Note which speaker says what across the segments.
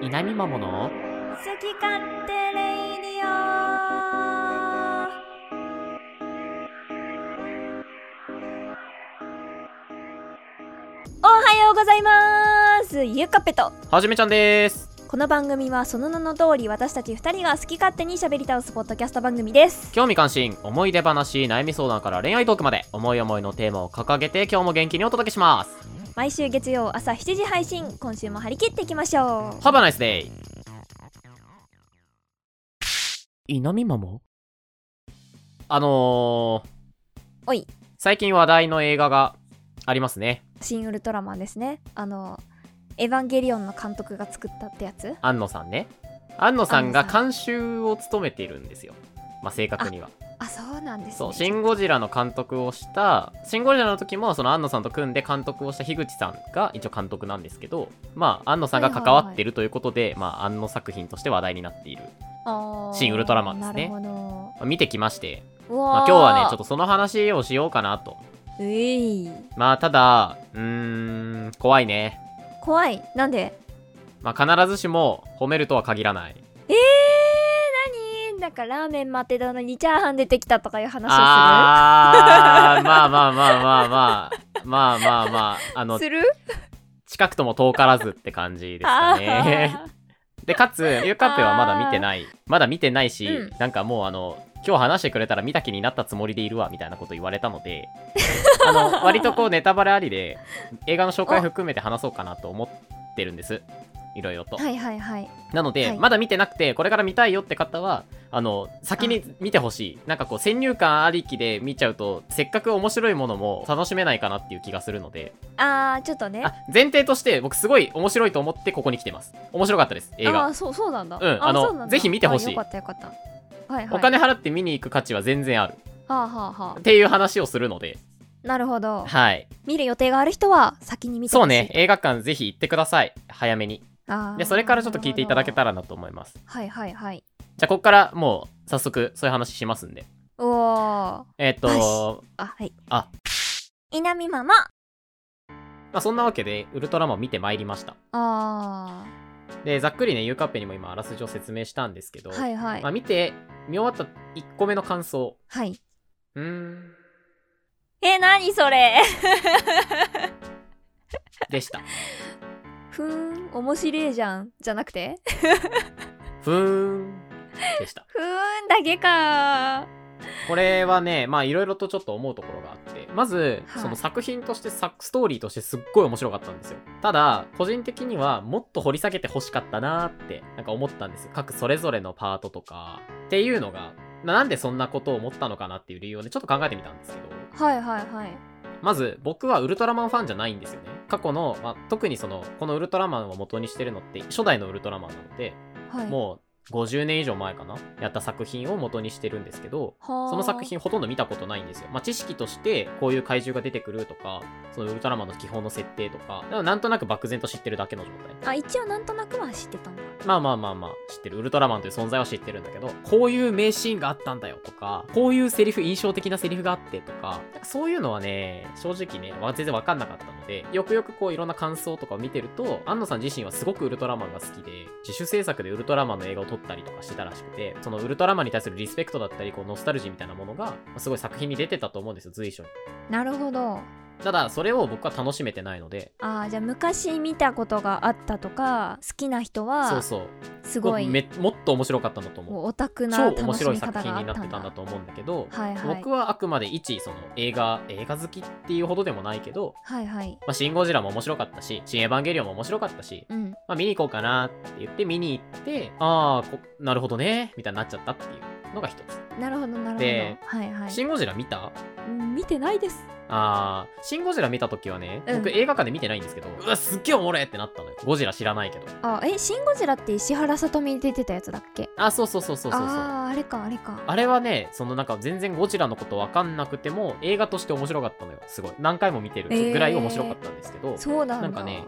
Speaker 1: 稲見桃の
Speaker 2: 好き勝手レイディオおはようございますゆかぺと
Speaker 1: はじめちゃんです
Speaker 2: この番組はその名の通り私たち二人が好き勝手に喋り倒すポッドキャスト番組です
Speaker 1: 興味関心思い出話悩み相談から恋愛トークまで思い思いのテーマを掲げて今日も元気にお届けします
Speaker 2: 毎週月曜朝7時配信今週も張り切っていきましょう
Speaker 1: Have a nice day 稲見桃あのー、
Speaker 2: おい
Speaker 1: 最近話題の映画がありますね
Speaker 2: シン・ウルトラマンですねあのエヴァンゲリオンの監督が作ったってやつ
Speaker 1: 安野さんね安野さんが
Speaker 2: 安野さ
Speaker 1: 監修を務めているんですよまあ正確には
Speaker 2: あそうなんですね
Speaker 1: そう「シン・ゴジラ」の監督をした「シン・ゴジラ」の時もその安野さんと組んで監督をした樋口さんが一応監督なんですけどまあ安野さんが関わってるということで、まあ安野作品として話題になっている、
Speaker 2: あー
Speaker 1: シンウルトラマンですね
Speaker 2: なるほ
Speaker 1: まあ見てきまして、
Speaker 2: ど。うわ
Speaker 1: まあ、今日はねちょっ
Speaker 2: と。
Speaker 1: とその話をしようかなと
Speaker 2: うい
Speaker 1: まあただうーん怖いね
Speaker 2: 怖い。なんで
Speaker 1: まあ必ずしも褒めるとは限らない
Speaker 2: えー、何なんかラーメン待ってたのにチャーハン出てきたとかいう話を
Speaker 1: ああーまあまあまあまあまあまあまあまああの
Speaker 2: するする
Speaker 1: 近くとも遠からずって感じですか ね
Speaker 2: あー
Speaker 1: でかつゆうかっぺはまだ見てないまだ見てないし、
Speaker 2: うん
Speaker 1: なんかもうあの今日話してくれたら見た気になったつもりでいるわみたいなこと言われたので あの割とこうネタバレありで映画の紹介含めて話そうかなと思ってるんですいろいろと、
Speaker 2: はいはいはい。
Speaker 1: なので、
Speaker 2: はい
Speaker 1: まだ見てなくてこれから見たいよって方はあの先に見てほしいなんかこう先入観ありきで見ちゃうとせっかく面白いものも楽しめないかなっていう気がするので
Speaker 2: あー、ちょっとね。
Speaker 1: あ前提として僕すごい面白いと思ってここに来てます面白かったです映画
Speaker 2: あーそうそうなんだ。
Speaker 1: うんあの
Speaker 2: そうなんだ
Speaker 1: ぜひ見てほしい
Speaker 2: あよかったよかった。はいはい。
Speaker 1: お金払って見に行く価値は全然ある
Speaker 2: はあはあはあ
Speaker 1: っ。ていう話をするので、
Speaker 2: なるほ ど。
Speaker 1: はい、
Speaker 2: 見る予定がある人は先に見てほしい。
Speaker 1: そうね。映画館ぜひ行ってください早めに
Speaker 2: あー
Speaker 1: でそれからちょっと聞いていただけた
Speaker 2: なる
Speaker 1: らなと思います
Speaker 2: ほどはいはいはい。
Speaker 1: じゃあここからもう早速そういう話しますんで
Speaker 2: おお。
Speaker 1: えっ、と
Speaker 2: あ、はい。
Speaker 1: あ。
Speaker 2: 稲見ママ。
Speaker 1: まあそんなわけでウルトラマン見てまいりました
Speaker 2: あ
Speaker 1: でざっくりねゆうかっぺにも今あらすじを説明したんですけど、
Speaker 2: ー。はいはい
Speaker 1: まあ、。見て見終わった1個目の感想
Speaker 2: はい。
Speaker 1: うーん
Speaker 2: え、なにそれ
Speaker 1: でした
Speaker 2: ふーん、面白いじゃん。じゃなくて
Speaker 1: ふーんでした
Speaker 2: ふーんだけか
Speaker 1: これはねまあいろいろとちょっと思うところがあってまず、
Speaker 2: はい
Speaker 1: その作品としてさストーリーとしてすっごい面白かったんですよただ個人的にはもっと掘り下げてほしかったなーってなんか思ったんですよ各それぞれのパートとかっていうのがまあなんでそんなことを思ったのかなっていう理由をねちょっと考えてみたんですけど
Speaker 2: はいはいはい。
Speaker 1: まず僕はウルトラマンファンじゃないんですよね過去の、まあ、特にそのこのウルトラマンを元にしてるのって初代のウルトラマンなので、
Speaker 2: はい、
Speaker 1: もう50年以上前かなやった作品を元にしてるんですけど
Speaker 2: はー
Speaker 1: その作。品ほとんど見たことないんですよ。まあ、知識としてこういう怪獣が出てくるとか、そのウルトラマンの基本の設定とか、だからなんとなく漠然と知ってるだけの状態。
Speaker 2: あ、一応なんとなくは知ってたんだ。
Speaker 1: まあまあまあまあ、知ってる。ウルトラマンという存在は知ってるんだけど、こういう名シーンがあったんだよとか、こういうセリフ、印象的なセリフがあってとか、なんかそういうのはね、正直ね、わ全然わかんなかったので、よくよくこういろんな感想とかを見てると、安野さん自身はすごくウルトラマンが好きで、自主制作でウルトラマンの映画を撮ったりとかしてたらしくて、そのウルトラマンに対するリスペクトだったり、こうノスタルジーみたいなものが、すごい作品に出てたと思うんですよ、随所に。
Speaker 2: なるほど。
Speaker 1: ただ、それを僕は楽しめてないので、
Speaker 2: あーじゃあ昔見たことがあったとか、好きな人
Speaker 1: そう
Speaker 2: は、
Speaker 1: そう。
Speaker 2: すごい、
Speaker 1: めもっと面白かったんだと思う。
Speaker 2: もうオタク
Speaker 1: 超
Speaker 2: な
Speaker 1: 面
Speaker 2: 楽し
Speaker 1: 白い
Speaker 2: み
Speaker 1: 作
Speaker 2: 方
Speaker 1: 品
Speaker 2: があ
Speaker 1: に
Speaker 2: っ
Speaker 1: な
Speaker 2: た
Speaker 1: って
Speaker 2: ん
Speaker 1: たんだ
Speaker 2: だ。
Speaker 1: と思うんだけど、
Speaker 2: はいはい
Speaker 1: 僕はあくまで一その映画映画好きっていうほどでもないけど「
Speaker 2: はいはい。
Speaker 1: まあ、シン・ゴジラ」も面白かったし「シン・エヴァンゲリオン」も面白かったし、
Speaker 2: うん。
Speaker 1: まあ、見に行こうかなって言って見に行ってああなるほどねみたいになっちゃったっていうのが一つ
Speaker 2: なるほどなる
Speaker 1: で
Speaker 2: ほど。はいは
Speaker 1: 「
Speaker 2: い
Speaker 1: シン・ゴジラ」見た
Speaker 2: うん。見てないです。
Speaker 1: あーシン・ゴジラ見た時はね
Speaker 2: うん
Speaker 1: 僕映画館で見てないんですけど、うわすっげえおもろいってなったのよゴジラ知らないけど
Speaker 2: あ、え、シン・ゴジラって石原さとみに出てたやつだっけ
Speaker 1: あそうそうそうそうそうそう
Speaker 2: あーあれかあれか。
Speaker 1: あれはね、そのなんか全然ゴジラのことわかんなくても映画として面白かったのよ。すごい。何回も見てる
Speaker 2: えー
Speaker 1: ぐらい面白かったんですけど、
Speaker 2: そうなん
Speaker 1: な
Speaker 2: だ。
Speaker 1: んかね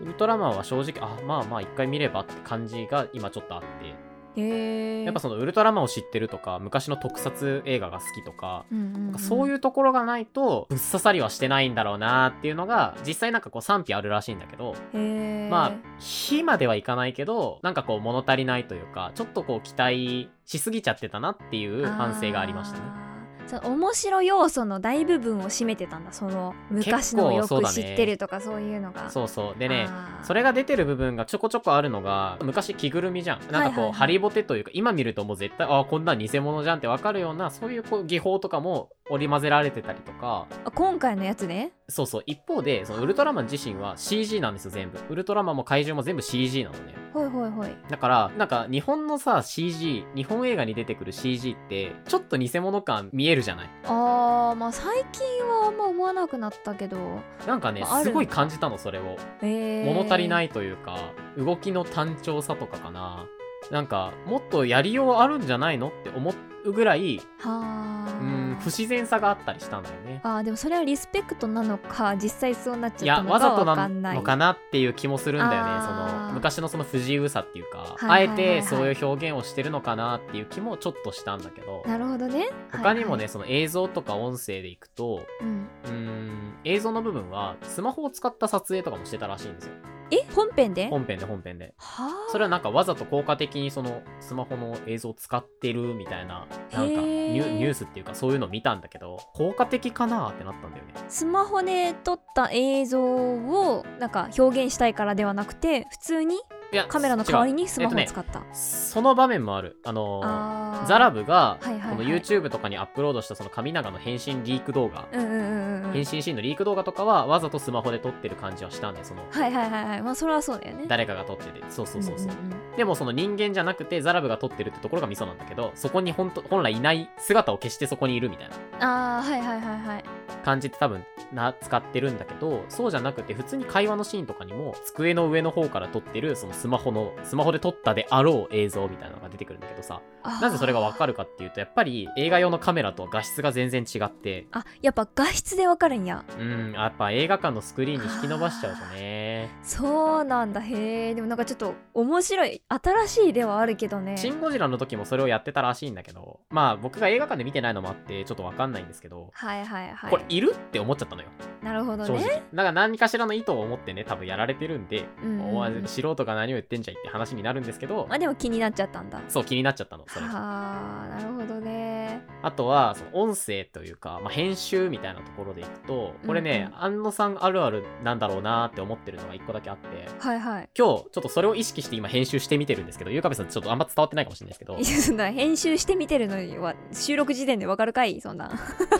Speaker 1: ウルトラマンは正直、あ、まあまあ一回見ればって感じが今ちょっとあって、
Speaker 2: えへえ
Speaker 1: やっぱそのウルトラマンを知ってるとか昔の特撮映画が好きとか
Speaker 2: うんうん
Speaker 1: なん
Speaker 2: うん、
Speaker 1: かそういうところがないとぶっ刺さりはしてないんだろうなっていうのが実際なんかこう賛否あるらしいんだけど
Speaker 2: へー
Speaker 1: まあ火まではいかないけどなんかこう物足りないというかちょっとこう期待しすぎちゃってたなっていう反省がありましたね。
Speaker 2: あーその面白要素の大部分を占めてたんだその昔のをよ
Speaker 1: 結構そう
Speaker 2: く
Speaker 1: だね
Speaker 2: 知ってるとかそういうのが
Speaker 1: そうそうでね
Speaker 2: あー
Speaker 1: それが出てる部分がちょこちょこあるのが昔着ぐるみじゃんなんかこう、
Speaker 2: はいはいはい
Speaker 1: ハリボテというか今見るともう絶対あーこんなん偽物じゃんってわかるようなそういうこう技法とかも織り交ぜられてたりとか
Speaker 2: あ今回のやつね
Speaker 1: そうそう一方でそのウルトラマン自身は CG なんですよ全部ウルトラマンも怪獣も全部 CG なのね
Speaker 2: ほいほいほい
Speaker 1: だからなんか日本のさ CG 日本映画に出てくる CG ってちょっと偽物感見えるじゃない
Speaker 2: あーまあ最近はあんま思わなくなったけど
Speaker 1: なんかね
Speaker 2: ある
Speaker 1: すごい感じたのそれを
Speaker 2: えー、
Speaker 1: 物足りないというか動きの単調さとかかななんかもっとやりようあるんじゃないのって思うぐらい
Speaker 2: はあ
Speaker 1: うん不自然さがあったりしたんだよね
Speaker 2: あーでもそれはリスペクトなのか 実際そうなっ
Speaker 1: い
Speaker 2: ちゃ
Speaker 1: や
Speaker 2: ったの
Speaker 1: わ
Speaker 2: か
Speaker 1: ざ
Speaker 2: わ
Speaker 1: と
Speaker 2: か
Speaker 1: なん
Speaker 2: ない
Speaker 1: のかなっていう気もするんだよねそ
Speaker 2: あー
Speaker 1: の昔のその不自由さっていうか、
Speaker 2: はいはいはいはい
Speaker 1: あえてそういう表現をしてるのかなっていう気もちょっとしたんだけど
Speaker 2: なるほどね
Speaker 1: 他にもね、
Speaker 2: はい
Speaker 1: その映像とか音声でいくと
Speaker 2: はいうん、
Speaker 1: うーん映像の部分はスマホを使った撮影とかもしてたらしいんですよ
Speaker 2: え本編で
Speaker 1: 本編で本編で
Speaker 2: はあ
Speaker 1: それはなんかわざと効果的にそのスマホの映像を使ってるみたいななんか
Speaker 2: へー
Speaker 1: ニュニュースっていうかそういうの見たんだけど効果的かなってなったんだよね
Speaker 2: スマホで撮った映像をなんか表現したいからではなくて普通に
Speaker 1: いや
Speaker 2: カメラの代わり
Speaker 1: 違
Speaker 2: に
Speaker 1: う
Speaker 2: スマホを
Speaker 1: えっとね
Speaker 2: 使った、
Speaker 1: その場面もあるあのー
Speaker 2: あー
Speaker 1: ザラブが
Speaker 2: はいはいはい
Speaker 1: この YouTube とかにアップロードしたその神長の変身リーク動画
Speaker 2: うんうんうんうん
Speaker 1: 変身シーンのリーク動画とかはわざとスマホで撮ってる感じはしたんでその
Speaker 2: はいはいはいはいまあそれはそうだよね
Speaker 1: 誰かが撮っててそうそうそうそう、
Speaker 2: んんん
Speaker 1: でもその人間じゃなくてザラブが撮ってるってところがミソなんだけどそこに本当本来いない姿を消してそこにいるみたいな
Speaker 2: あーはいはいはいはい
Speaker 1: 感じって多分な使ってるんだけどそうじゃなくて普通に会話のシーンとかにも机の上の方から撮ってるそのスマホのスマホで撮ったであろう映像みたいなのが出てくるんだけどさ
Speaker 2: あー
Speaker 1: なぜそれがわかるかっていうとやっぱり映画用のカメラとは画質が全然違って
Speaker 2: あやっぱ画質でわかるんや
Speaker 1: うんやっぱ映画館のスクリーンに引き伸ばしちゃうとね
Speaker 2: そうなんだへえでもなんかちょっと面白い新しいではあるけどね
Speaker 1: シン・ゴジラの時もそれをやってたらしいんだけどまあ僕が映画館で見てないのもあってちょっとわかんないんですけど
Speaker 2: はいはいはい
Speaker 1: これいるって思っちゃったのよ
Speaker 2: なるほど
Speaker 1: 正直
Speaker 2: ね
Speaker 1: だから何かしらの意図を持ってね多分やられてるんで
Speaker 2: うんうんうん
Speaker 1: お前素人が何を言ってんじゃいって話になるんですけど
Speaker 2: まあでも気になっちゃったんだは
Speaker 1: そう気になっちゃったのそれが
Speaker 2: あなるほどね
Speaker 1: あとはその音声というか、まあ、編集みたいなところでいくとこれね、
Speaker 2: う
Speaker 1: 安野さんあるあるなんだろうなって思ってるのが一個だけあって
Speaker 2: はいはい
Speaker 1: 今日 ちょっとそれを意識して今編集してみてるんですけどゆうかべさんちょっとあんま伝わってないかもしれないですけど
Speaker 2: いやそんな編集してみてるのには収録時点でわかるかいそんな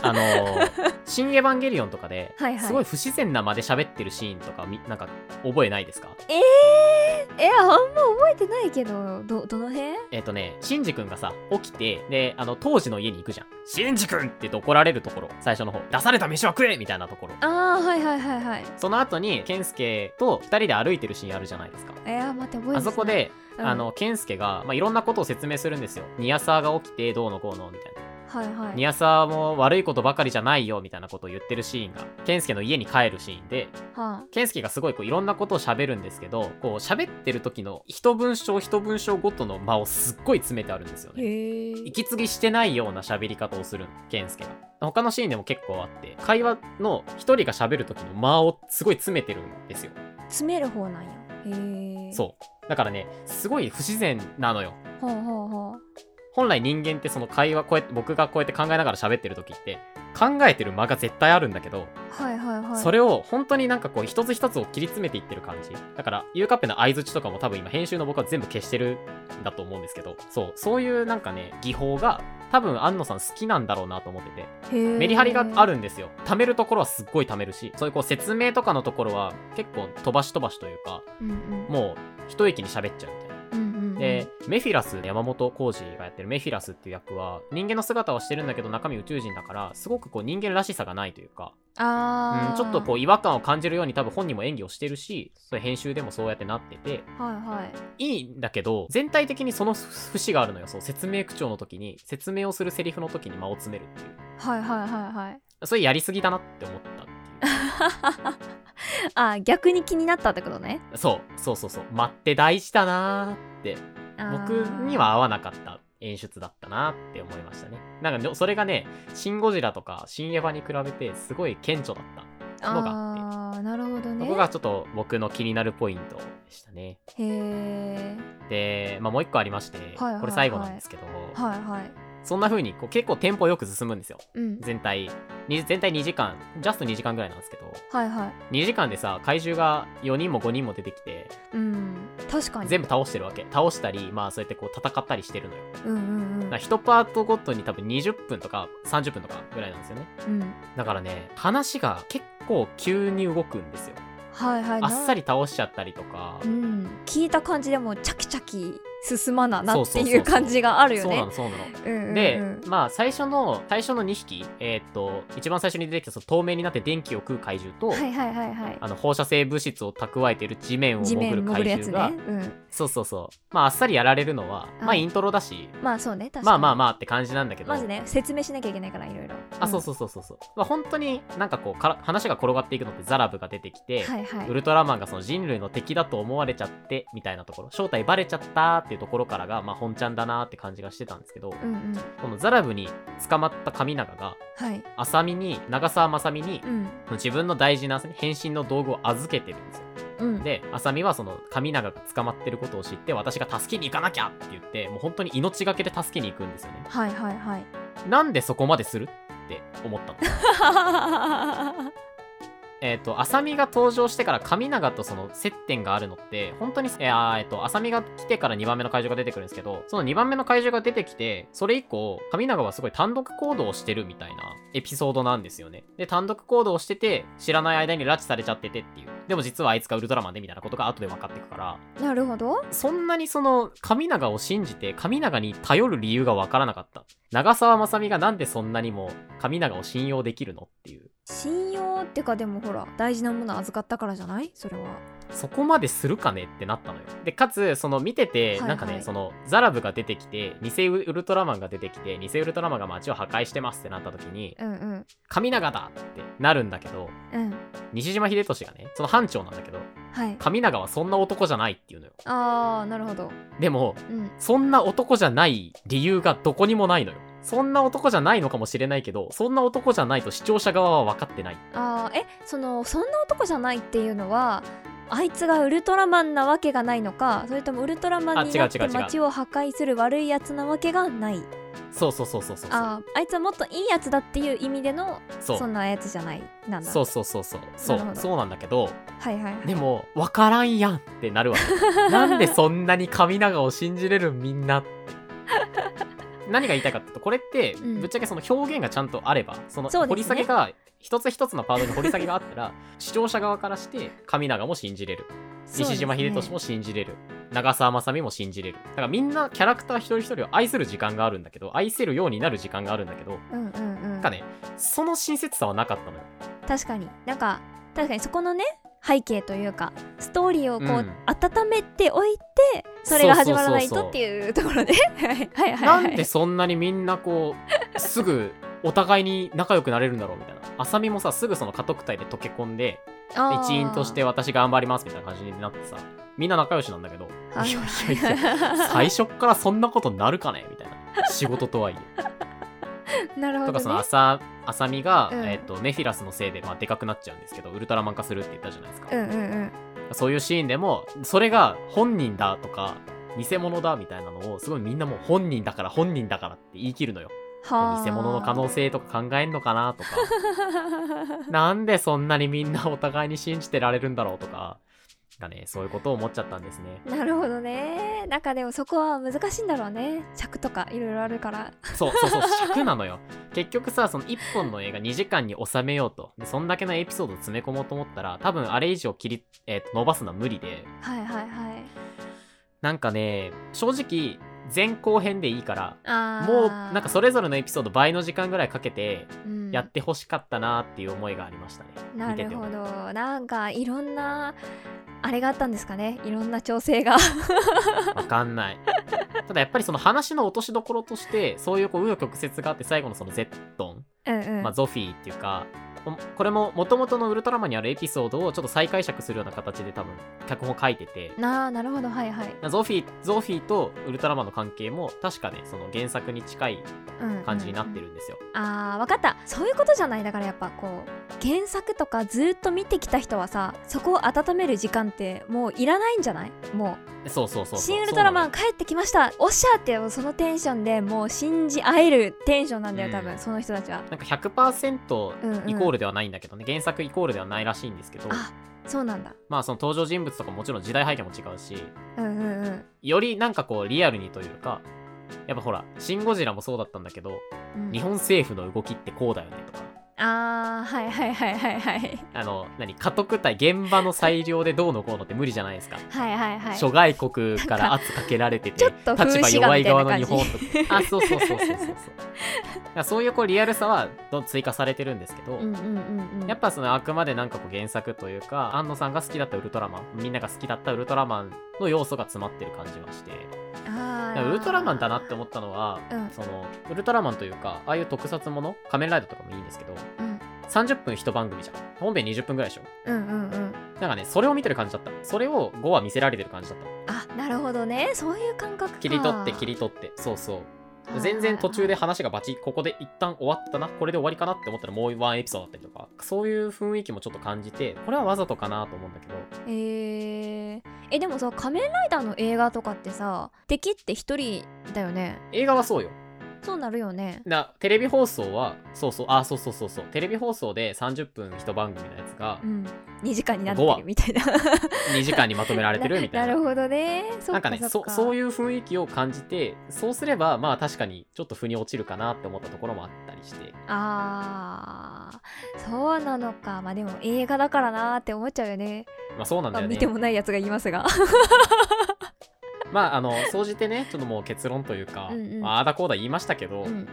Speaker 1: あのー「新エヴァンゲリオン」とかで
Speaker 2: はいはい
Speaker 1: すごい不自然なまで喋ってるシーンとかみなんか覚えないですか
Speaker 2: えー、いやあんま覚えてないけどどどの辺
Speaker 1: えっ、とね、シンジ君がさ、起きて、で、あの、当時の家に行くじゃん。シンジ君って言って怒られるところ、最初の方、出された飯は食えみたいなところ。
Speaker 2: ああはいはいはいはい
Speaker 1: その後に、ケンスケと二人で歩いてるシーンあるじゃないですか。
Speaker 2: えー、待って覚えてない
Speaker 1: あそこ、で、
Speaker 2: うん
Speaker 1: あの、ケンスケが、まあ、いろんなことを説明するんですよ。ニアサーが起きて、どうのこうの、みたいな。
Speaker 2: はいはい
Speaker 1: ニアサーも悪いことばかりじゃないよ、みたいなことを言ってるシーンが、ケンスケの家に帰るシーンで、
Speaker 2: は
Speaker 1: ケンスケがすごいこういろんなことを喋るんですけど、こう喋ってる時の一文章一文章ごとの間をすっごい詰めてあるんですよ
Speaker 2: あ、
Speaker 1: ね。
Speaker 2: へえ
Speaker 1: 息継ぎしてないような喋り方をするの健介が他のシーンでも結構あって会話の一人が喋る時の間をすごい詰めてるんですよ
Speaker 2: 詰める方なんやへえう
Speaker 1: そうだからねすごい不自然なのよ
Speaker 2: ほうほうほう
Speaker 1: 本来人間ってその会話こうやって僕がこうやって考えながら喋ってる時って考えてる間が絶対あるんだけど、
Speaker 2: はいはいはい
Speaker 1: それを本当になんかこう一つ一つを切り詰めていってる感じだからゆうかっぺの相づちとかも多分今編集の僕は全部消してるんだと思うんですけどそうそういうなんかね技法が多分安野さん好きなんだろうなと思っててメ
Speaker 2: メ
Speaker 1: リハリがあ
Speaker 2: る
Speaker 1: るんですよ。貯めるところはすっごい貯めるし、そういうこう説明とかのところは結構飛ばし飛ばしというか、
Speaker 2: うんうん
Speaker 1: もう一息に喋っちゃうみたいな。
Speaker 2: うんうんうん
Speaker 1: で、メフィラス、山本浩二がやってるメフィラスっていう役は、人間の姿をしてるんだけど中身宇宙人だから、すごくこう人間らしさがないというか、
Speaker 2: あ
Speaker 1: う
Speaker 2: あ、
Speaker 1: ん、ちょっとこう違和感を感じるように多分本人も演技をしてるし、それ編集でもそうやってなってて、
Speaker 2: はいはい
Speaker 1: いいんだけど、全体的にその節があるのよ。そう、説明口調の時に、説明をするセリフの時に間を詰めるっていう。
Speaker 2: はいはいはいはい
Speaker 1: それやりすぎだなって思ったっていう。
Speaker 2: あー逆に気になったってことね
Speaker 1: そうそうそうそう待って大事だなーって僕には合わなかった演出だったなって思いましたね。なんかねそれがね、シン・ゴジラとかシン・エヴァに比べてすごい顕著だったのがあって、
Speaker 2: あーなるほどね
Speaker 1: そこがちょっと僕の気になるポイントでしたね。
Speaker 2: へえ
Speaker 1: で、まあ、もう一個ありまして、
Speaker 2: はいはい
Speaker 1: これ最後なんですけど、
Speaker 2: はいはい
Speaker 1: そんな風にこう結構テンポよく進むんですよ。
Speaker 2: うん
Speaker 1: 全体、に全体2時間、ジャスト2時間ぐらいなんですけど、
Speaker 2: はいはい
Speaker 1: 2時間でさ、怪獣が4人も5人も出てきて、
Speaker 2: うん確かに
Speaker 1: 全部倒してるわけ。倒したり、まあそうやってこう戦ったりしてるのよ。
Speaker 2: うんうんうん
Speaker 1: だ1パートごとに多分20分とか30分とかぐらいなんですよね。
Speaker 2: うん
Speaker 1: だからね、話が結構急に動くんですよ。
Speaker 2: はいはい
Speaker 1: あ
Speaker 2: な
Speaker 1: っさり倒しちゃったりとか
Speaker 2: う。ん聞いた感じでもチャキチャキ進まなな
Speaker 1: そう
Speaker 2: っ
Speaker 1: そ
Speaker 2: て
Speaker 1: うそう
Speaker 2: い
Speaker 1: そう
Speaker 2: う感じがあるよ
Speaker 1: そうな
Speaker 2: ね
Speaker 1: の、そうなの。
Speaker 2: うんうんうん
Speaker 1: で、まあ最初の最初の2匹、えーっと一番最初に出てきたその透明になって電気を食う怪獣と、
Speaker 2: はいはいはいはい
Speaker 1: あの放射性物質を蓄えている地面を
Speaker 2: 地
Speaker 1: 潜
Speaker 2: 面
Speaker 1: る
Speaker 2: 潜
Speaker 1: 怪
Speaker 2: るやつ
Speaker 1: 獣が、
Speaker 2: ねうん
Speaker 1: そうそうそうまああっさりやられるのは、まあ
Speaker 2: はい
Speaker 1: イントロだし
Speaker 2: まあそうね確かに
Speaker 1: まあまあまあって感じなんだけど、
Speaker 2: まずね説明しなきゃいけないからいろいろ
Speaker 1: あそうそうそうそうそう、まあ本当になんかこうから話が転がっていくのってザラブが出てき
Speaker 2: う
Speaker 1: て、
Speaker 2: んはいはい
Speaker 1: ウルトラマンがその人類の敵だと思われちゃってみたいなところ正体バレちゃったっていうところからがまあ本ちゃんだなーって感じがしてたんですけど、
Speaker 2: うんうん
Speaker 1: このザラブに捕まった神長が
Speaker 2: はい
Speaker 1: 浅見に長澤まさみに
Speaker 2: うん
Speaker 1: 自分の大事な変身の道具を預けてるんですよ
Speaker 2: うん
Speaker 1: で浅見はその神長が捕まってることを知って私が助けに行かなきゃって言ってもう本当に命がけで助けに行くんですよね
Speaker 2: はいは いはい
Speaker 1: なんでそこまでするって思ったのえっと浅見が登場してから神長とその接点があるのって本当にえーあーえっと浅見が来てから2番目の怪獣が出てくるんですけどその2番目の怪獣が出てきてそれ以降神長はすごい単独行動をしてるみたいなエピソードなんですよねで単独行動をしてて知らない間に拉致されちゃっててっていうでも実はあいつがウルトラマンでみたいなことが後で分かってくから
Speaker 2: なるほど
Speaker 1: そんなにその神長を信じて神長に頼る理由がわからなかった。長澤まさみがなんでそんなにも神長を信用できるのっていう。
Speaker 2: 信用ってかでもほら大事なもの預かったからじゃないそれは
Speaker 1: そこまでするかねってなったのよ。で、かつ、その見て
Speaker 2: はい
Speaker 1: て、
Speaker 2: はい
Speaker 1: なんかね、そのザラブが出てきて、偽ウルトラマンが出てきて、偽ウルトラマンが街を破壊してますってなった時に、
Speaker 2: うんうん
Speaker 1: 神長だってなるんだけど、
Speaker 2: うん
Speaker 1: 西島秀俊がね、その班長なんだけど、
Speaker 2: はい
Speaker 1: 神長はそんな男じゃないっていうのよ。
Speaker 2: あーなるほど
Speaker 1: でも、
Speaker 2: うん
Speaker 1: そんな男じゃない理由がどこにもないのよ。そんな男じゃないのかもしれないけど、そんな男じゃないと視聴者側は分かってない。
Speaker 2: あーえそのそんな男じゃないっていうのはあいつがウルトラマンなわけがないのかそれともウルトラマン
Speaker 1: あ
Speaker 2: にな
Speaker 1: 違う
Speaker 2: って
Speaker 1: 違う違う
Speaker 2: 街を破壊する悪いやつなわけがない
Speaker 1: そうそうそうそうそうそう。
Speaker 2: あーあいつはもっといいやつだっていう意味での
Speaker 1: そ
Speaker 2: そ
Speaker 1: うん
Speaker 2: なやつじゃないなんだ
Speaker 1: そうそうそうそうそ
Speaker 2: なるほ
Speaker 1: う
Speaker 2: ど
Speaker 1: そうなんだけど
Speaker 2: はいはいはい
Speaker 1: でも分からんやんってなる わけなんでそんなに神長を信じれるみんなって何が言いたいかっていうとこれって
Speaker 2: うん
Speaker 1: ぶっちゃけその表現がちゃんとあればその
Speaker 2: そうですね
Speaker 1: 掘り下げが、一つ一つのパートに掘り下げがあったら 視聴者側からして神長も信じれる西島秀俊も信じれる、長澤まさみも信じれるだからみんなキャラクター一人一人を愛する時間があるんだけど愛せるようになる時間があるんだけど
Speaker 2: うんうんうん
Speaker 1: なんかねその親切さはなかったのよ
Speaker 2: 確かになんか確かにそこのね背景というかストーリーをこう、
Speaker 1: うん
Speaker 2: 温めておいてそれが
Speaker 1: そうそうそうそう
Speaker 2: 始まらないとっていうところではい はいはい
Speaker 1: なんでそんなにみんなこ うすぐお互いに仲良くなれるんだろうみたいな浅見もさすぐその家督隊で溶け込んでで一員として
Speaker 2: は
Speaker 1: 私頑張りますみたいな感じになってさみんな仲良しなんだけど、
Speaker 2: あー
Speaker 1: いやいやいや最初っからそんなことなるかねみたいな仕事とはいえ
Speaker 2: なるほ
Speaker 1: とか
Speaker 2: ど、ね、
Speaker 1: その浅浅見が、
Speaker 2: うん
Speaker 1: えっとネフィラスのせいで、まあ、でかくなっちゃうんですけどウルトラマン化するって言ったじゃないですか、
Speaker 2: うんうんうん
Speaker 1: そういうシーンでもそれが本人だとか偽物だみたいなのをすごいみんなもう本人だから本人だからって言い切るのよ
Speaker 2: はあ
Speaker 1: 偽物の可能性とか考えんのかなとか
Speaker 2: 性
Speaker 1: なんでそんなにみんなお互いに信じてられるんだろうとかがねそういうことを思っちゃったんですね
Speaker 2: なるほどねなんかでもそこは難しいんだろうね尺とかいろいろあるから
Speaker 1: そうそうそう尺なのよ結局さその1本の映画2時間に収めようとでそんだけのエピソードを詰め込もうと思ったら多分あれ以上切り、えーと伸ばすのは無理で
Speaker 2: はいはいはい
Speaker 1: なんかね正直前後編でいいから
Speaker 2: あー
Speaker 1: もうなんかそれぞれのエピソード倍の時間ぐらいかけて
Speaker 2: うん
Speaker 1: やってほしかったなっていう思いがありましたね、
Speaker 2: な
Speaker 1: 見て
Speaker 2: る
Speaker 1: ても
Speaker 2: ほどなんかいろんなあれがあったんですかねいろんな調整が
Speaker 1: わかんない。ただやっぱりその話の落としどころとして、そういうこう紆余曲折があって最後のそのゼットン、
Speaker 2: うんうん
Speaker 1: まあ、ゾフィーっていうか、ここれも元々のウルトラマンにあるエピソードをちょっと再解釈するような形で多分脚本書いてて
Speaker 2: なあなるほどはいはい、
Speaker 1: ゾフィーゾフィーとウルトラマンの関係も確かねその原作に近い
Speaker 2: うんうん
Speaker 1: 感じになってるんですよ、
Speaker 2: あー分かったそういうことじゃないだからやっぱこう原作とかずっと見てきた人はさそこを温める時間ってもういらないんじゃないも
Speaker 1: そうそうそううそう
Speaker 2: 新ウルトラマ
Speaker 1: そうなの
Speaker 2: ン帰ってきましたおっしゃーってそのテンションでもう信じ合えるテンションなんだよ多分、
Speaker 1: うん
Speaker 2: その人たちは
Speaker 1: なんか100%
Speaker 2: うんうん
Speaker 1: イコールではないんだけどね、原作イコールではないらしいんですけど
Speaker 2: あそうなんだ
Speaker 1: まあその登場人物とかもちろん時代背景も違うし
Speaker 2: うんうんうん
Speaker 1: よりなんかこうリアルにというかやっぱほら「シン・ゴジラ」もそうだったんだけど
Speaker 2: うん
Speaker 1: 日本政府の動きってこうだよねとか
Speaker 2: あーはいはいはいはいはい
Speaker 1: あの何家督隊現場の裁量でどうのこうのって無理じゃないですか、
Speaker 2: はいはいはい
Speaker 1: 諸外国から圧かけられて
Speaker 2: ち
Speaker 1: て
Speaker 2: ょっと風刺画みたいな感じ
Speaker 1: 立場弱い側の日本とかあそうそうそうそうそうそうだからそういうこうリアルさはどん追加されてるんですけど、
Speaker 2: うんうんうんうん
Speaker 1: やっぱそのあくまでなんかこう原作というか安野さんが好きだったウルトラマンみんなが好きだったウルトラマンの要素が詰まってる感じはしてだ
Speaker 2: あ
Speaker 1: から
Speaker 2: ー
Speaker 1: ウルトラマンだなって思ったのは、
Speaker 2: うん
Speaker 1: そのウルトラマンというかああいう特撮もの仮面ライダーとかもいいんですけど
Speaker 2: うん
Speaker 1: 30分一番組じゃん本編20分ぐらいでしょ
Speaker 2: うんうんうん
Speaker 1: なんかねそれを見てる感じだったそれを5話見せられてる感じだった
Speaker 2: あなるほどねそういう感覚か
Speaker 1: 切り取って切り取ってそうそう全然途中で話がバチッここで一旦終わったなこれで終わりかなって思ったらもうワンエピソードだったりとかそういう雰囲気もちょっと感じてこれはわざとかなと思うんだけど
Speaker 2: えー、えでもさ仮面ライダーの映画とかってさ敵って一人だよね
Speaker 1: 映画はそうよ
Speaker 2: そうなるよね
Speaker 1: なテレビ放送はそうそうあそうそうそうそうテレビ放送で30分一番組のやつが
Speaker 2: うん2時間になっ
Speaker 1: 五話
Speaker 2: てるみたいな
Speaker 1: 2時間にまとめられてるみたい
Speaker 2: な
Speaker 1: な
Speaker 2: るほどねそ
Speaker 1: なん
Speaker 2: っ
Speaker 1: かね
Speaker 2: そっ
Speaker 1: そそういう雰囲気を感じてそうすればまあ確かにちょっと腑に落ちるかなって思ったところもあったりして
Speaker 2: あーそうなのかまあでも映画だからなーって思っちゃうよね
Speaker 1: まあそうなんだ
Speaker 2: まあ
Speaker 1: よね
Speaker 2: 見てもないやつが言いますが
Speaker 1: まああの総じてねちょっともう結論というか、
Speaker 2: うんうん
Speaker 1: まあ、ああだこうだ言いましたけど、
Speaker 2: うん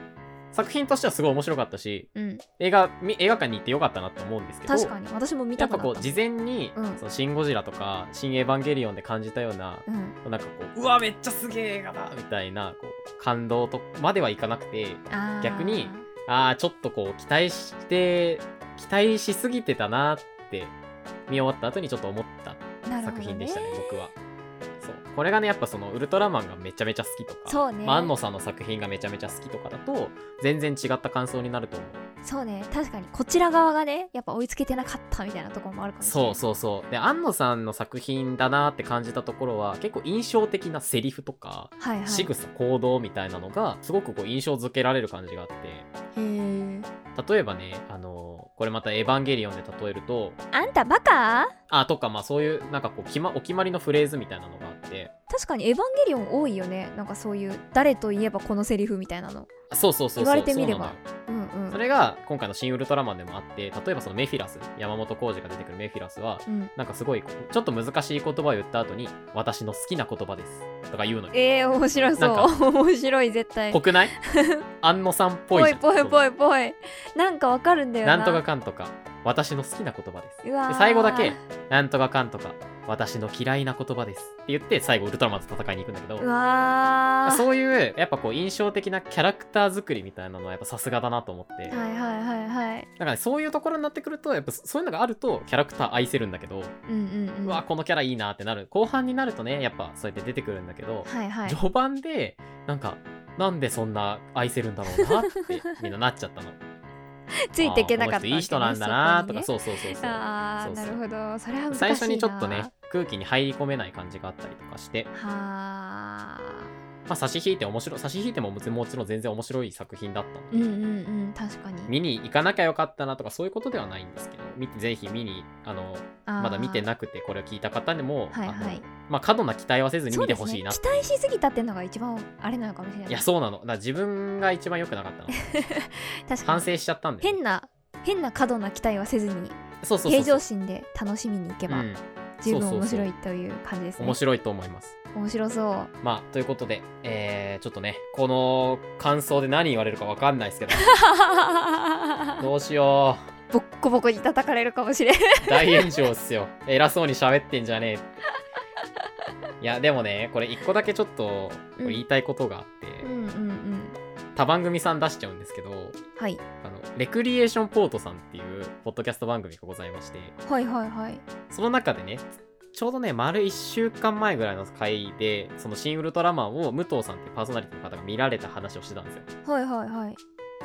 Speaker 1: 作品としてはすごい面白かったし
Speaker 2: うん
Speaker 1: 映画み映画館に行ってよかったなって思うんですけど
Speaker 2: 確かに私も見
Speaker 1: や
Speaker 2: た
Speaker 1: っ
Speaker 2: くな
Speaker 1: ぱ
Speaker 2: った
Speaker 1: こう事前に「
Speaker 2: うん
Speaker 1: そのシン・ゴジラ」とか「シン・エヴァンゲリオン」で感じたような、
Speaker 2: うん
Speaker 1: なんかこううわめっちゃすげえ映画だみたいなこう感動とまではいかなくて
Speaker 2: あー
Speaker 1: 逆にああちょっとこう期待して期待しすぎてたなって見終わった後にちょっと思った
Speaker 2: なるほど
Speaker 1: 作
Speaker 2: ね
Speaker 1: 品でしたね僕はそうこれがねやっぱそのウルトラマンがめちゃめちゃ好きとか
Speaker 2: そうね
Speaker 1: まあ、安野さんの作品がめちゃめちゃ好きとかだと全然違った感想になると思う
Speaker 2: そうね確かにこちら側がねやっぱ追いつけてなかったみたいなところもあるかもしれな
Speaker 1: そそ
Speaker 2: いう
Speaker 1: うそうで安野さんの作品だなって感じたところは結構印象的なセリフとか
Speaker 2: はいはい
Speaker 1: 仕草行動みたいなのがすごくこう印象付けられる感じがあって
Speaker 2: へー
Speaker 1: 例えばねあのこれまた「エヴァンゲリオン」で例えると
Speaker 2: あんたバカ
Speaker 1: あとかまあそういうなんかこう決、ま、お決まりのフレーズみたいなのがあって
Speaker 2: 確かにエヴァンゲリオン多いよねなんかそういう誰といえばこのセリフみたいなの
Speaker 1: あそうそうそうそう
Speaker 2: 言われてみれば
Speaker 1: そうなのよ
Speaker 2: うんうん
Speaker 1: それが今回の「新ウルトラマン」でもあって例えばそのメフィラス山本浩二が出てくるメフィラスは
Speaker 2: うん
Speaker 1: なんかすごいこうちょっと難しい言葉を言った後に「私の好きな言葉です」とか言うのよ。
Speaker 2: えー、面白そう
Speaker 1: な
Speaker 2: 面白い絶対
Speaker 1: ぽくない 安野さんっぽい
Speaker 2: ぽ
Speaker 1: じ
Speaker 2: い
Speaker 1: ゃん
Speaker 2: ぽいぽ
Speaker 1: い
Speaker 2: いぽいなんかわかるんだよ
Speaker 1: な
Speaker 2: なん
Speaker 1: とかかんとか私の好きな言葉です
Speaker 2: うわー
Speaker 1: で最後だけなんとかかんとか私の嫌いな言葉ですって言って最後ウルトラマンと戦いに行くんだけど
Speaker 2: うわー
Speaker 1: そういうやっぱこう印象的なキャラクター作りみたいなのはやっぱさすがだなと思って、
Speaker 2: はいはいはいはい
Speaker 1: なんかねそういうところになってくるとやっぱそういうのがあるとキャラクター愛せるんだけど、
Speaker 2: うんうんう
Speaker 1: うんわこのキャラいいなってなる後半になるとねやっぱそうやって出てくるんだけど、
Speaker 2: はいはい
Speaker 1: 序盤でなんかなんでそんな愛せるんだろうなってみんななっちゃったの
Speaker 2: ついていけなか
Speaker 1: あ
Speaker 2: った
Speaker 1: ーこの人いい人なんだなとか
Speaker 2: う
Speaker 1: そうそうそうそう
Speaker 2: あ
Speaker 1: そ
Speaker 2: ー
Speaker 1: うそ
Speaker 2: な
Speaker 1: う
Speaker 2: るほどそれは難しいな
Speaker 1: 最初にちょっとね空気に入り込めない感じがあったりとかして、
Speaker 2: はあ
Speaker 1: まあ、差し引いて面白い差し引いてももちもちろん全然面白い作品だったので、
Speaker 2: うんうんうん確かに
Speaker 1: 見に行かなきゃよかったなとかそういうことではないんですけど見てぜひ見にあのま
Speaker 2: ま
Speaker 1: だ見てなくてこれを聞いた方でも、
Speaker 2: はいはい
Speaker 1: あのまあ、過度な期待はせずに
Speaker 2: そう
Speaker 1: 見て
Speaker 2: です
Speaker 1: ほしい
Speaker 2: ね
Speaker 1: な、
Speaker 2: 期待しすぎたっていうのが一番あれなのかもしれない
Speaker 1: いやそうなのだから自分が一番良くなかった の
Speaker 2: 確か
Speaker 1: 反
Speaker 2: に
Speaker 1: 省しちゃったんで
Speaker 2: 変な変な過度な期待はせずに
Speaker 1: そうそうそう
Speaker 2: 平常心で楽しみに行けば
Speaker 1: うん
Speaker 2: 十分
Speaker 1: そうそう
Speaker 2: 面
Speaker 1: そう
Speaker 2: 白いという感じですね
Speaker 1: 面白いと思います
Speaker 2: 面 白そう
Speaker 1: まあということで、えー、ちょっとねこの感想で何言われるかわかんないで すけどどうしよ
Speaker 2: ボッコボコに叩かれるかもしれん
Speaker 1: う大炎上っすよ偉そうに喋ってんじゃねえっていやでもねこれ一個だけちょっと
Speaker 2: うん
Speaker 1: 言いたいことがあって、
Speaker 2: うんうんうん
Speaker 1: 他番組さん出しちゃうんですけど、
Speaker 2: はい
Speaker 1: あの、レクリエーションポートさんっていう、ポッドキャスト番組がございまして、
Speaker 2: はいはいはい
Speaker 1: その中でね、ちょうどね、丸1週間前ぐらいの回で、その新ウルトラマンを武藤さんっていうパーソナリティの方が見られた話をしてたんですよ。
Speaker 2: はいはいはい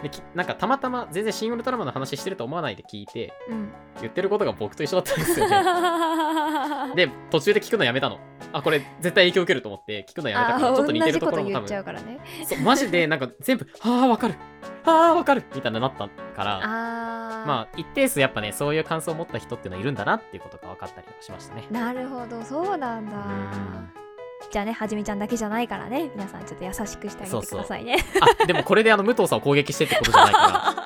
Speaker 1: で、きなんかたまたま全然新ウルトラマンの話してると思わないで聞いて、
Speaker 2: うん
Speaker 1: 言ってることが僕と一緒だったんです よね。で、途中で聞くのやめたの。あ、これ絶対影響受けると思って聞くのやめた
Speaker 2: あ
Speaker 1: から、ちょっと似て
Speaker 2: 同
Speaker 1: る
Speaker 2: じ
Speaker 1: と
Speaker 2: こ
Speaker 1: ころ
Speaker 2: と
Speaker 1: も
Speaker 2: 言
Speaker 1: 多
Speaker 2: っちゃう
Speaker 1: 分、
Speaker 2: からね
Speaker 1: そうマジでなんか全部、ああ、わかる。ああ、わかる。みたいななったから、
Speaker 2: あー
Speaker 1: まあ一定数やっぱねそういう感想を持った人っていうのはいるんだなっていうことが分かったりとかしました ね
Speaker 2: なるほどそうなんだ
Speaker 1: うん
Speaker 2: じゃあねはじめちゃんだけじゃないからね皆さんちょっと優しくしてあげてくださいね
Speaker 1: あでもこれであの武藤さんを攻撃してってことじゃないか ら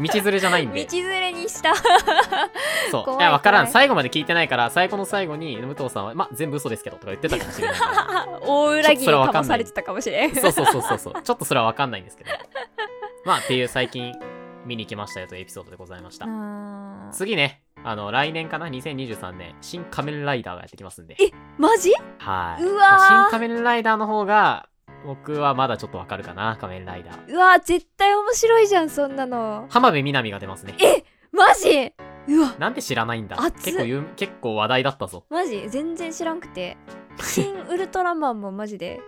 Speaker 1: 道連れじゃないん
Speaker 2: 道
Speaker 1: で
Speaker 2: 連れにした
Speaker 1: そう
Speaker 2: 怖い
Speaker 1: いや分からん
Speaker 2: 怖い
Speaker 1: 最後まで聞いてないから最後の最後に武藤さんはまあ全部嘘ですけどとか言ってたかもしれないから
Speaker 2: 大裏切り
Speaker 1: ちょっとそれは
Speaker 2: か
Speaker 1: わかんな
Speaker 2: もさ
Speaker 1: い
Speaker 2: れてたかもし れん
Speaker 1: そうそうそうそうそうちょっとそれは分かんないんですけどまあっていう最近見に行きましたよというエピソードでございました
Speaker 2: あー
Speaker 1: 次ねあの来年かな2023年新仮面ライダーがやってきますんで
Speaker 2: えマジ
Speaker 1: はいう
Speaker 2: わー
Speaker 1: まあ新仮面ライダーの方が僕はまだちょっとわかるかな仮面ライダー
Speaker 2: うわ絶対面白いじゃんそんなの
Speaker 1: 浜辺美波が出ますね
Speaker 2: えマジうわ
Speaker 1: なんで知らないんだ
Speaker 2: 熱っ
Speaker 1: 結構有結構話題だったぞ
Speaker 2: マジ全然知らんくて「新ウルトラマン」もマジで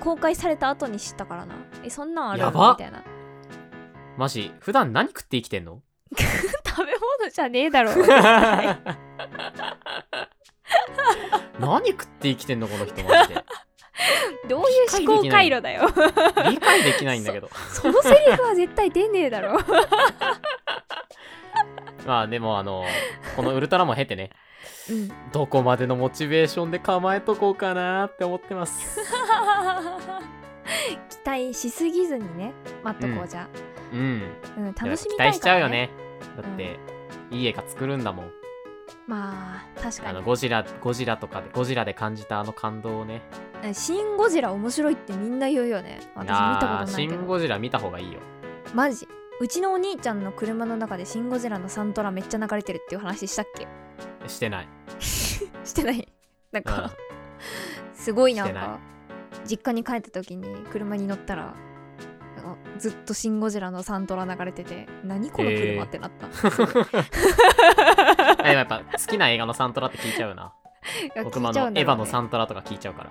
Speaker 2: 公開された後に知ったからなえそんなんある
Speaker 1: や
Speaker 2: の
Speaker 1: ば
Speaker 2: みたいな
Speaker 1: マジ普段何食って生きてんの
Speaker 2: 食べ物じゃね えだろ
Speaker 1: 何食って生きてんのこの人マジで
Speaker 2: どういう思考回路だよ
Speaker 1: 理解できないんだけど
Speaker 2: そのセリフは絶対出ねえだろ
Speaker 1: まあでもあのこのウルトラマン経てね
Speaker 2: うん
Speaker 1: どこまでのモチベーションで構えとこうかなって思って ます
Speaker 2: 期待しすぎずにね待っとこうじゃ、
Speaker 1: うん
Speaker 2: うん
Speaker 1: いや
Speaker 2: 楽しみたいから、ね、
Speaker 1: 期待しちゃうよねだって、いい映画作るんだもん
Speaker 2: まあ確か
Speaker 1: あの
Speaker 2: に
Speaker 1: ゴジラゴジラとかでゴジラで感じたあの感動をね
Speaker 2: 「シン・ゴジラ」面白いってみんな言うよね私見たことない
Speaker 1: シ
Speaker 2: け
Speaker 1: ン・
Speaker 2: ど
Speaker 1: ゴジラ見た方がいいよ
Speaker 2: マジうちのお兄ちゃんの車の中で「シン・ゴジラ」のサントラめっちゃ流れてるっていう話したっけ
Speaker 1: してない、
Speaker 2: してないなん
Speaker 1: うん
Speaker 2: か、すごいなん
Speaker 1: してな
Speaker 2: か実家に帰った時に車に乗ったらなんかずっと「シン・ゴジラ」のサントラ流れてて「何この
Speaker 1: へ
Speaker 2: 車」
Speaker 1: ー
Speaker 2: ってなった、
Speaker 1: あでもやっぱ好きな映画のサントラって聞いちゃうな僕も
Speaker 2: 聞
Speaker 1: あ
Speaker 2: いちゃ
Speaker 1: の、
Speaker 2: うんだ
Speaker 1: エヴ
Speaker 2: ろ
Speaker 1: ァ
Speaker 2: うね
Speaker 1: のサントラとか聞いちゃうから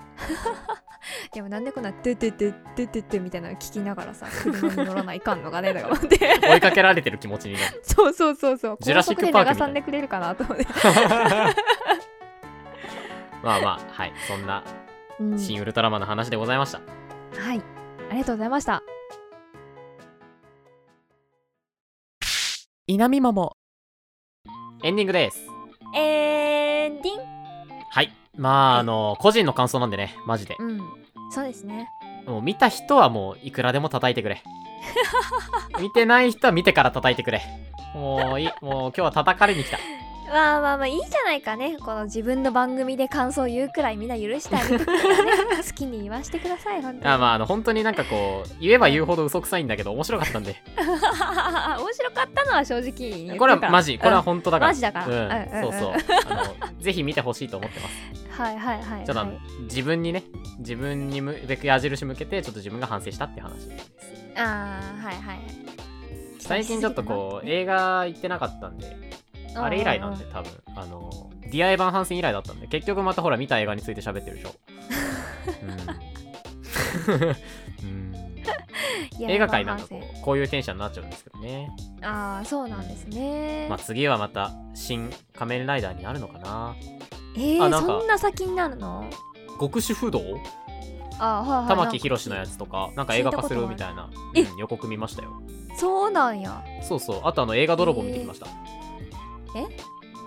Speaker 2: でもなんでこんな「トゥトゥトゥトゥトゥトゥ」みたい なの聞きながらさ車に乗らないかんのかねだから思って
Speaker 1: 追いかけられてる気持ちにな る
Speaker 2: そうそうそうそう
Speaker 1: ジュラシックパークみたいな
Speaker 2: 高速で流さんでくれるかなと思って、
Speaker 1: まあまあはいそんな
Speaker 2: うん
Speaker 1: 新ウルトラマンの話でございました、
Speaker 2: はいありがとうございました
Speaker 1: 稲見桃エンディングです
Speaker 2: エンディン
Speaker 1: はいまああの個人の感想なんでねマジで
Speaker 2: うんそうですね
Speaker 1: もう見た人はもういくらでも叩いて くれ。見てない人は見てから叩いてくれ。もういい、もう今日は叩かれに来た。
Speaker 2: まあまあまあいいじゃないかねこの自分の番組で感想を言うくらいみんな許してあげてくれ るからね好きに言わしてください本当に
Speaker 1: あまあ、あの、本当になんかこう、言えば言うほど嘘くさいんだけど、面白かったんで。
Speaker 2: 面白かったのは正直言って
Speaker 1: これは
Speaker 2: から
Speaker 1: マジ、これは本当だから。
Speaker 2: マジだから
Speaker 1: うん、
Speaker 2: うんうんうん
Speaker 1: そうそう。あの、ぜひ見てほしいと思ってます。
Speaker 2: はいはいはい、はい、
Speaker 1: ちょっとあの、自分にね、自分にむべく矢印向けて、ちょっと自分が反省したっていう話です。
Speaker 2: あーはいはい
Speaker 1: 最近ちょっとこう、映画行ってなかったんで、あれ以来なんで多分、あの、DI 版反戦以来だったんで、結局またほら見た映画について喋ってるで しょ。うん うん、映画界なんかこうこういうテンションになっちゃうんですけどね、
Speaker 2: うああそうなんですね、
Speaker 1: まあ、次はまた新仮面ライダーになるのかな
Speaker 2: えー、
Speaker 1: あなんか
Speaker 2: そんな先になるの
Speaker 1: 極主不動
Speaker 2: あーはいは
Speaker 1: 玉
Speaker 2: い
Speaker 1: 木
Speaker 2: なんか
Speaker 1: 宏のやつとかなんか映画化するみたいな、
Speaker 2: 聞いたことある
Speaker 1: うん予告見ましたよ
Speaker 2: そうなんや
Speaker 1: そうそうあとあの映画泥棒見てきました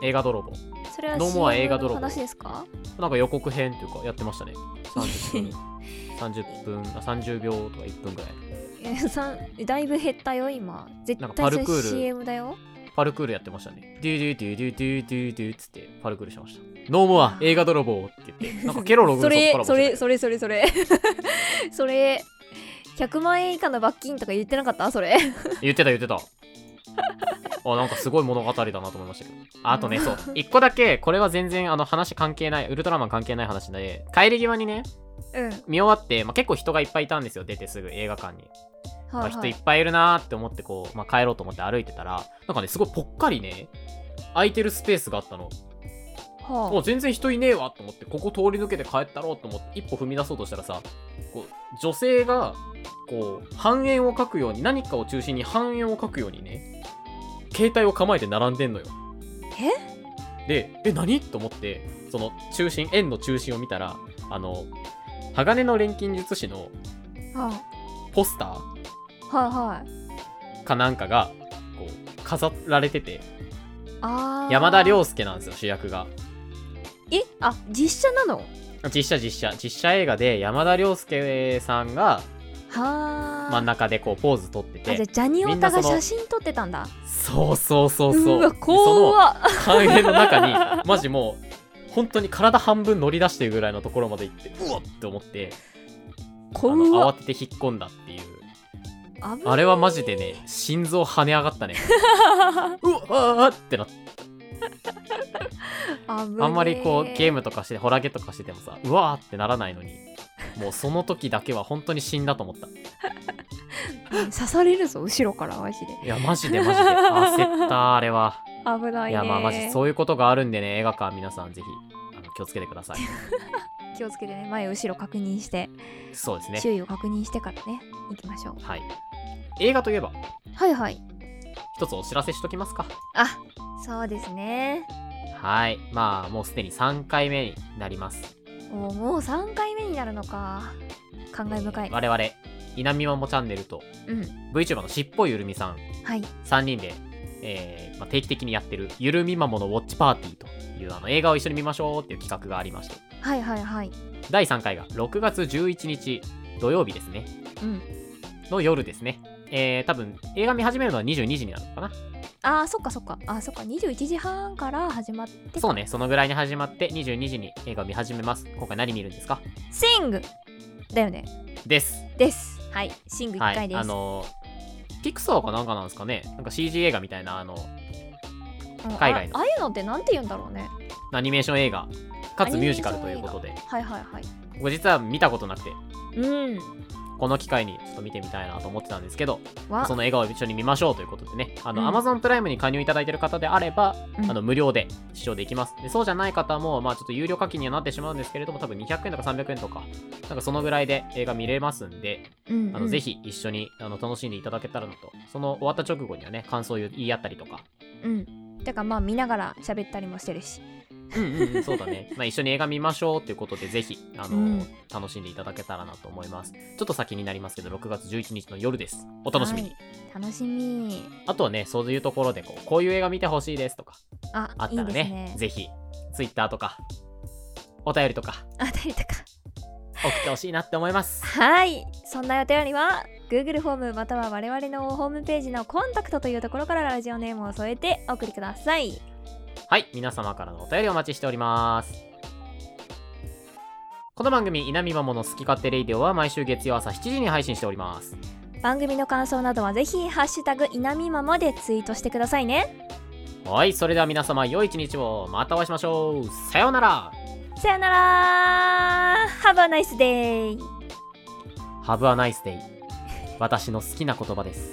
Speaker 1: 映画泥棒
Speaker 2: それは
Speaker 1: どうもは
Speaker 2: CM
Speaker 1: 映画泥棒
Speaker 2: の話ですか
Speaker 1: なんか予告編っていうかやってましたね30分 30分あ30秒とか1分ぐらい
Speaker 2: えさんだいぶ減ったよ今絶
Speaker 1: なんかパ
Speaker 2: 対
Speaker 1: ルク
Speaker 2: それ
Speaker 1: ール
Speaker 2: CM だよ
Speaker 1: パルクールやってましたね。デュデュデュデュデュデュデュっつってパルクールしました。ノーモア映画泥棒って言って、なんかケロロ軍曹
Speaker 2: そ
Speaker 1: と
Speaker 2: れ
Speaker 1: コラボして
Speaker 2: そ
Speaker 1: た
Speaker 2: れそれそれそれ それ100万円以下の罰金とか言ってなかったそれ
Speaker 1: 言ってた言ってた。 あなんかすごい物語だなと思いましたけどあとねそう一個だけこれは全然あの話関係ないウルトラマン関係ない話で帰り際にね
Speaker 2: うん
Speaker 1: 見終わって、まあ、結構人がいっぱいいたんですよ出てすぐ映画館に、まあ
Speaker 2: はい
Speaker 1: 人
Speaker 2: はい
Speaker 1: いっぱいいるなーって思ってこう、まあ、帰ろうと思って歩いてたらなんかねすごいぽっかりね空いてるスペースがあったのも
Speaker 2: は
Speaker 1: う全然人いねえわと思ってここ通り抜けて帰ったろうと思って一歩踏み出そうとしたらさこう女性がこう半円を描くように何かを中心に半円を描くようにね携帯を構えて並んでんのよでえ何と思ってその中心円の中心を見たらあの鋼の錬金術師の
Speaker 2: あは
Speaker 1: ポスタ
Speaker 2: あはいはい
Speaker 1: ーかなんかがこう飾られてて
Speaker 2: あー
Speaker 1: 山田涼介なんですよ主役が
Speaker 2: えあ実写なの
Speaker 1: 実写実写実写映画で山田涼介さんが
Speaker 2: はあ
Speaker 1: 真ん中でこうポーズ取って
Speaker 2: あじゃ
Speaker 1: て
Speaker 2: あジャニオタ
Speaker 1: み
Speaker 2: が
Speaker 1: んなその
Speaker 2: 写真撮ってたんだ
Speaker 1: そうそうそう
Speaker 2: う
Speaker 1: そう
Speaker 2: わ
Speaker 1: でその
Speaker 2: 怖っ
Speaker 1: 半円の中にマジもう本当に体半分乗り出してるぐらいのところまで行ってうわっって思ってあの
Speaker 2: 怖
Speaker 1: 慌
Speaker 2: って
Speaker 1: て引っ込んだっていう
Speaker 2: 危ない
Speaker 1: あれはマジでね心臓跳ね上がった ねうわーってなって
Speaker 2: あん
Speaker 1: あんまりこうゲームとかしてホラゲとかしててもさうわーってならないのにもうその時だけは本当に死んだと思った
Speaker 2: 刺されるぞ後ろからマジで
Speaker 1: いやマジでマジで焦ったあれは
Speaker 2: 危な
Speaker 1: い
Speaker 2: いね
Speaker 1: やまあマジそういうことがあるんでね映画館皆さんぜひあの気をつけてください
Speaker 2: 気をつけてね前後ろ確認して、
Speaker 1: そうですね
Speaker 2: 周囲を確認してからね行きましょう
Speaker 1: はい。映画といえば、
Speaker 2: はいはい
Speaker 1: 一つお知らせしときますか。
Speaker 2: あそうですね
Speaker 1: はい。まあ、もうすでに3回目になります。
Speaker 2: もうもう3回目になるのか感慨深い、
Speaker 1: 我々、稲見まもチャンネルと、
Speaker 2: うん
Speaker 1: VTuber のしっぽいゆるみさん、
Speaker 2: はい
Speaker 1: 3人で、えーまあ、定期的にやってる、ゆるみまものウォッチパーティーという、あの、映画を一緒に見ましょうっていう企画がありまして、
Speaker 2: はいはいはい
Speaker 1: 第3回が6月11日土曜日ですね、
Speaker 2: うん
Speaker 1: の夜ですね。えー、多分、映画見始めるのは22時になるのかな。
Speaker 2: あーそっかそっかあーそっか21時半から始まって
Speaker 1: そうね、そのぐらいに始まって、22時に映画を見始めます。今回何見るんですか
Speaker 2: シングだよね
Speaker 1: です。
Speaker 2: ですはいシング1回です、
Speaker 1: あのピクサーかなんかなんですかねなんか CG 映画みたいなあの
Speaker 2: うん
Speaker 1: 海外の
Speaker 2: あああいうのってなんて言うんだろうね
Speaker 1: アニメーション映画かつミュージカルということで
Speaker 2: はいはいはい
Speaker 1: 僕実は見たことなくて
Speaker 2: うん
Speaker 1: この機会にちょっと見てみたいなと思ってたんですけど
Speaker 2: わ
Speaker 1: その映画を一緒に見ましょうということでねあの、
Speaker 2: うん
Speaker 1: Amazon プライムに加入いただいてる方であれば、
Speaker 2: うん
Speaker 1: あの無料で視聴できますでそうじゃない方もまあちょっと有料課金にはなってしまうんですけれども多分200円とか300円とかなんかそのぐらいで映画見れますんで
Speaker 2: うん
Speaker 1: あのぜ、ひ一緒にあの楽しんでいただけたらなとその終わった直後にはね感想を言い合ったりとか
Speaker 2: うんうん、てかまあ見ながら喋ったりもしてるし
Speaker 1: うんうんうん、そうだ ね。まあ一緒に映画見ましょうということで、ぜひ、あの、
Speaker 2: うん
Speaker 1: 楽しんでいただけたらなと思います。ちょっと先になりますけど、6月11日の夜です。お楽しみに。
Speaker 2: はい楽しみ
Speaker 1: あとはね、そういうところでこう、こういう映画見てほしいですとか、
Speaker 2: あ
Speaker 1: あった
Speaker 2: いい
Speaker 1: ら
Speaker 2: です
Speaker 1: ね、
Speaker 2: ね
Speaker 1: ぜひ、Twitter とか、お便りとか、
Speaker 2: あ誰だか
Speaker 1: 送ってほしいなって思います。
Speaker 2: はいそんなお便りは Google フォームまたは我々のホームページのコンタクトというところからラジオネームを添えてお送りください
Speaker 1: はい、皆様からのお便りお待ちしております。この番組、稲見まもの好き勝手レイディオは毎週月曜朝7時に配信しております。
Speaker 2: 番組の感想などはぜひ「ハッシュタグいなみまま」でツイートしてくださいね
Speaker 1: はい、それでは皆様、良い一日を。またお会いしましょう。さようなら。
Speaker 2: さよなら Have a nice day!
Speaker 1: Have a nice day 私の好きな言葉です